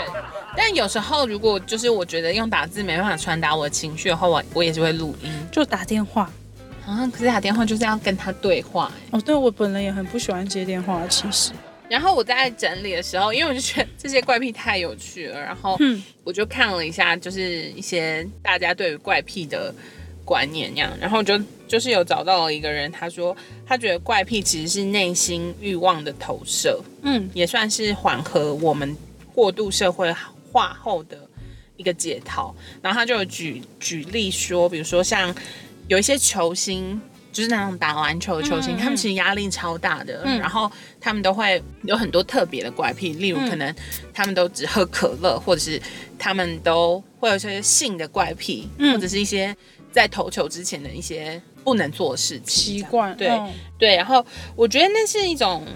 [SPEAKER 1] 但有时候如果就是我觉得用打字没办法传达我的情绪的话，我我也是会录音
[SPEAKER 2] 就打电话。
[SPEAKER 1] 啊。可是打电话就是要跟他对话、欸
[SPEAKER 2] 哦，对我本人也很不喜欢接电话，其实。
[SPEAKER 1] 然后我在整理的时候，因为我就觉得这些怪癖太有趣了，然后
[SPEAKER 2] 嗯
[SPEAKER 1] 我就看了一下，就是一些大家对于怪癖的观念那样，然后就就是有找到了一个人，他说他觉得怪癖其实是内心欲望的投射，
[SPEAKER 2] 嗯，
[SPEAKER 1] 也算是缓和我们过度社会化后的一个解套。然后他就有举举例说，比如说像有一些球星，就是那种打篮球的球星，
[SPEAKER 2] 嗯嗯
[SPEAKER 1] 他们其实压力超大的，
[SPEAKER 2] 嗯
[SPEAKER 1] 然后他们都会有很多特别的怪癖，例如
[SPEAKER 2] 嗯
[SPEAKER 1] 可能他们都只喝可乐，或者是他们都会有一些性的怪癖，
[SPEAKER 2] 嗯
[SPEAKER 1] 或者是一些在投球之前的一些不能做的事情，
[SPEAKER 2] 习
[SPEAKER 1] 这样
[SPEAKER 2] 惯
[SPEAKER 1] 对。
[SPEAKER 2] 嗯
[SPEAKER 1] 对，然后我觉得那是一种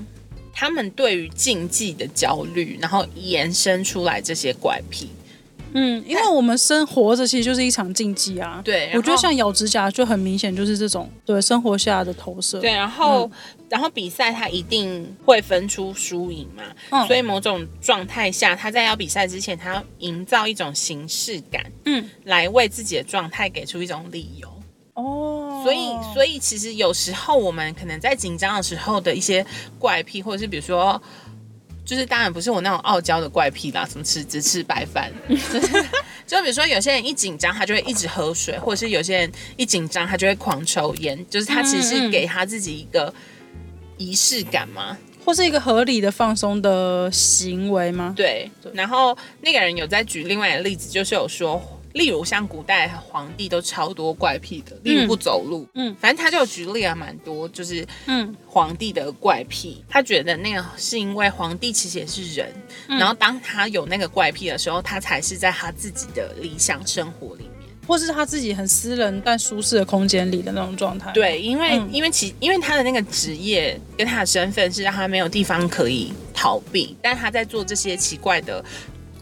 [SPEAKER 1] 他们对于竞技的焦虑，然后延伸出来这些怪癖。
[SPEAKER 2] 嗯，因为我们生活着其实就是一场竞技啊。
[SPEAKER 1] 对然后
[SPEAKER 2] 我觉得像咬指甲就很明显，就是这种对生活下的投射。
[SPEAKER 1] 对，，然后、嗯然后比赛它一定会分出输赢嘛，
[SPEAKER 2] 嗯
[SPEAKER 1] 所以某种状态下，他在要比赛之前，他要营造一种形式感，
[SPEAKER 2] 嗯，
[SPEAKER 1] 来为自己的状态给出一种理由。
[SPEAKER 2] 哦，
[SPEAKER 1] 所以，所
[SPEAKER 2] 以
[SPEAKER 1] 以其实有时候我们可能在紧张的时候的一些怪癖，或者是比如说，就是当然不是我那种傲娇的怪癖啦，什么吃只吃白饭，就是 (laughs) 就比如说有些人一紧张，他就会一直喝水，或者是有些人一紧张，他就会狂抽烟，就是他其实
[SPEAKER 2] 嗯嗯
[SPEAKER 1] 是给他自己一个仪式感嘛。
[SPEAKER 2] 或是一个合理的放松的行为吗？
[SPEAKER 1] 对，然后那个人有在举另外的例子，就是有说，例如像古代皇帝都超多怪癖的，例如不走路，
[SPEAKER 2] 嗯
[SPEAKER 1] 反正他就有举例啊，蛮多，就是
[SPEAKER 2] 嗯，
[SPEAKER 1] 皇帝的怪癖，他觉得那个是因为皇帝其实也是人，然后当他有那个怪癖的时候，他才是在他自己的理想生活里面。
[SPEAKER 2] 或是他自己很私人但舒适的空间里的那种状态。，
[SPEAKER 1] 对，因为、
[SPEAKER 2] 嗯
[SPEAKER 1] 因为其因为他的那个职业跟他的身份是让他没有地方可以逃避，但他在做这些奇怪的。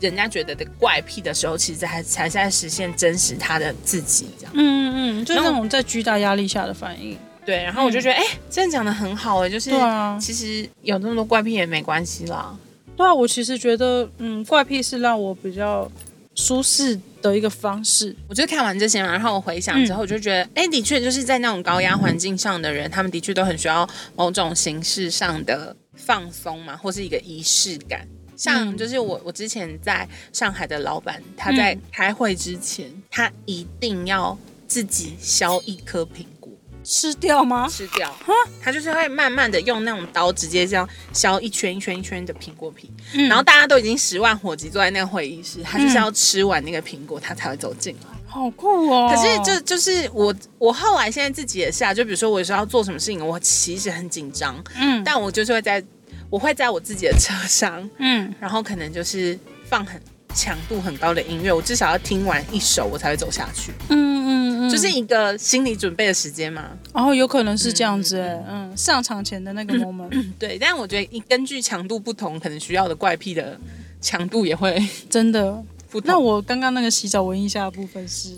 [SPEAKER 1] 人家觉得的怪癖的时候，其实还才是在实现真实他的自己这样。
[SPEAKER 2] 嗯嗯嗯，就是
[SPEAKER 1] 然
[SPEAKER 2] 那
[SPEAKER 1] 后
[SPEAKER 2] 种在巨大压力下的反应。
[SPEAKER 1] 对，然后我就觉得，哎、真的讲的很好哎、就是、
[SPEAKER 2] 对啊
[SPEAKER 1] 其实有那么多怪癖也没关系啦。
[SPEAKER 2] 对啊，我其实觉得，嗯，怪癖是让我比较舒适的一个方式。
[SPEAKER 1] 我就看完这些嘛，然后我回想之
[SPEAKER 2] 嗯
[SPEAKER 1] 后，我就觉得，哎、的确就是在那种高压环境上的人，他们的确都很需要某种形式上的放松嘛，或是一个仪式感。像
[SPEAKER 2] 嗯
[SPEAKER 1] 就是我，我之前在上海的老板，他在开会之前，他一定要自己削一颗苹果
[SPEAKER 2] 吃掉吗？
[SPEAKER 1] 吃掉，他就是会慢慢的用那种刀直接这样削一圈一圈一圈的苹果皮，
[SPEAKER 2] 嗯
[SPEAKER 1] 然后大家都已经十万火急坐在那个会议室，他就是要吃完那个苹果，他才会走进来。
[SPEAKER 2] 好酷哦！
[SPEAKER 1] 可是就就是我我后来现在自己也是啊，就比如说我有时候要做什么事情，我其实很紧张，
[SPEAKER 2] 嗯
[SPEAKER 1] 但我就是会在我会在我自己的车上，
[SPEAKER 2] 嗯，
[SPEAKER 1] 然后可能就是放很强度很高的音乐，我至少要听完一首我才会走下去，
[SPEAKER 2] 嗯嗯嗯，
[SPEAKER 1] 就是一个心理准备的时间嘛。
[SPEAKER 2] 哦，有可能是这样子哎、嗯，上场前的那个 (coughs) moment，
[SPEAKER 1] 嗯对，但我觉得根据强度不同，可能需要的怪癖的强度也会
[SPEAKER 2] 真的。
[SPEAKER 1] 不同。
[SPEAKER 2] 那我刚刚那个洗澡闻一下的部分是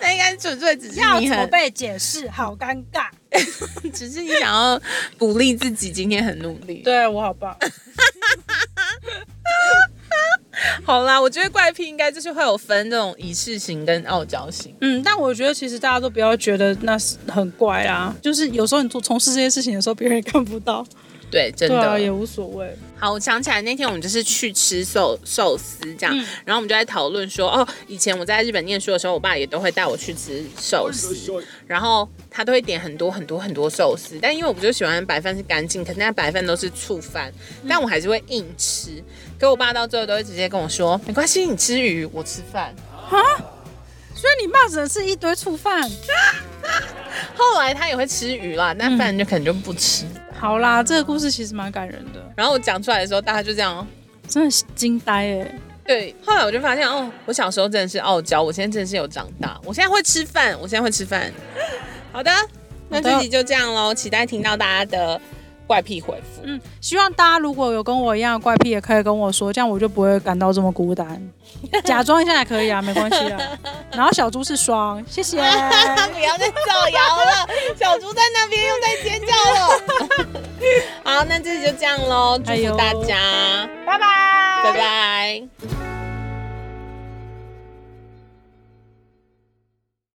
[SPEAKER 1] 那应该纯粹只是你很，
[SPEAKER 2] 被解释，好尴尬。
[SPEAKER 1] 只是你想要鼓励自己今天很努力。
[SPEAKER 2] 对我好棒，
[SPEAKER 1] 好啦，我觉得怪癖应该就是会有分这种仪式型跟傲娇型。
[SPEAKER 2] 嗯，但我觉得其实大家都不要觉得那是很怪啊，就是有时候你做从事这些事情的时候，别人也看不到，
[SPEAKER 1] 对，真
[SPEAKER 2] 对
[SPEAKER 1] 的。
[SPEAKER 2] 啊，也无所谓。
[SPEAKER 1] 好，我想起来那天我们就是去吃寿寿司这样，
[SPEAKER 2] 嗯
[SPEAKER 1] 然后我们就在讨论说，哦，以前我在日本念书的时候，我爸也都会带我去吃寿司，然后他都会点很多很多很多寿司，但因为我不就喜欢白饭是干净，可是那白饭都是醋饭，
[SPEAKER 2] 嗯
[SPEAKER 1] 但我还是会硬吃。可我爸到最后都会直接跟我说，没关系，你吃鱼，我吃饭。
[SPEAKER 2] 所以你骂人是一堆触犯。
[SPEAKER 1] 后来他也会吃鱼啦，但饭就可能就不吃。
[SPEAKER 2] 好啦，这个故事其实蛮感人的，
[SPEAKER 1] 然后我讲出来的时候，大家就这样
[SPEAKER 2] 真的惊呆哎、
[SPEAKER 1] 对，后来我就发现，哦，我小时候真的是傲娇，我现在真的是有长大，我现在会吃饭，我现在会吃饭。好的，那
[SPEAKER 2] 好的
[SPEAKER 1] 这集就这样喽，期待听到大家的怪癖回复。
[SPEAKER 2] 嗯，希望大家如果有跟我一样的怪癖，也可以跟我说，这样我就不会感到这么孤单。假装一下也可以啊，没关系
[SPEAKER 1] (laughs)
[SPEAKER 2] 啊。然后小猪是双，谢谢。
[SPEAKER 1] 不要再造谣了，小猪在那边又在尖叫了。 (laughs) 好，那这集就这样喽，祝
[SPEAKER 2] 哎
[SPEAKER 1] 福
[SPEAKER 2] 呦
[SPEAKER 1] 大家，拜拜，拜拜。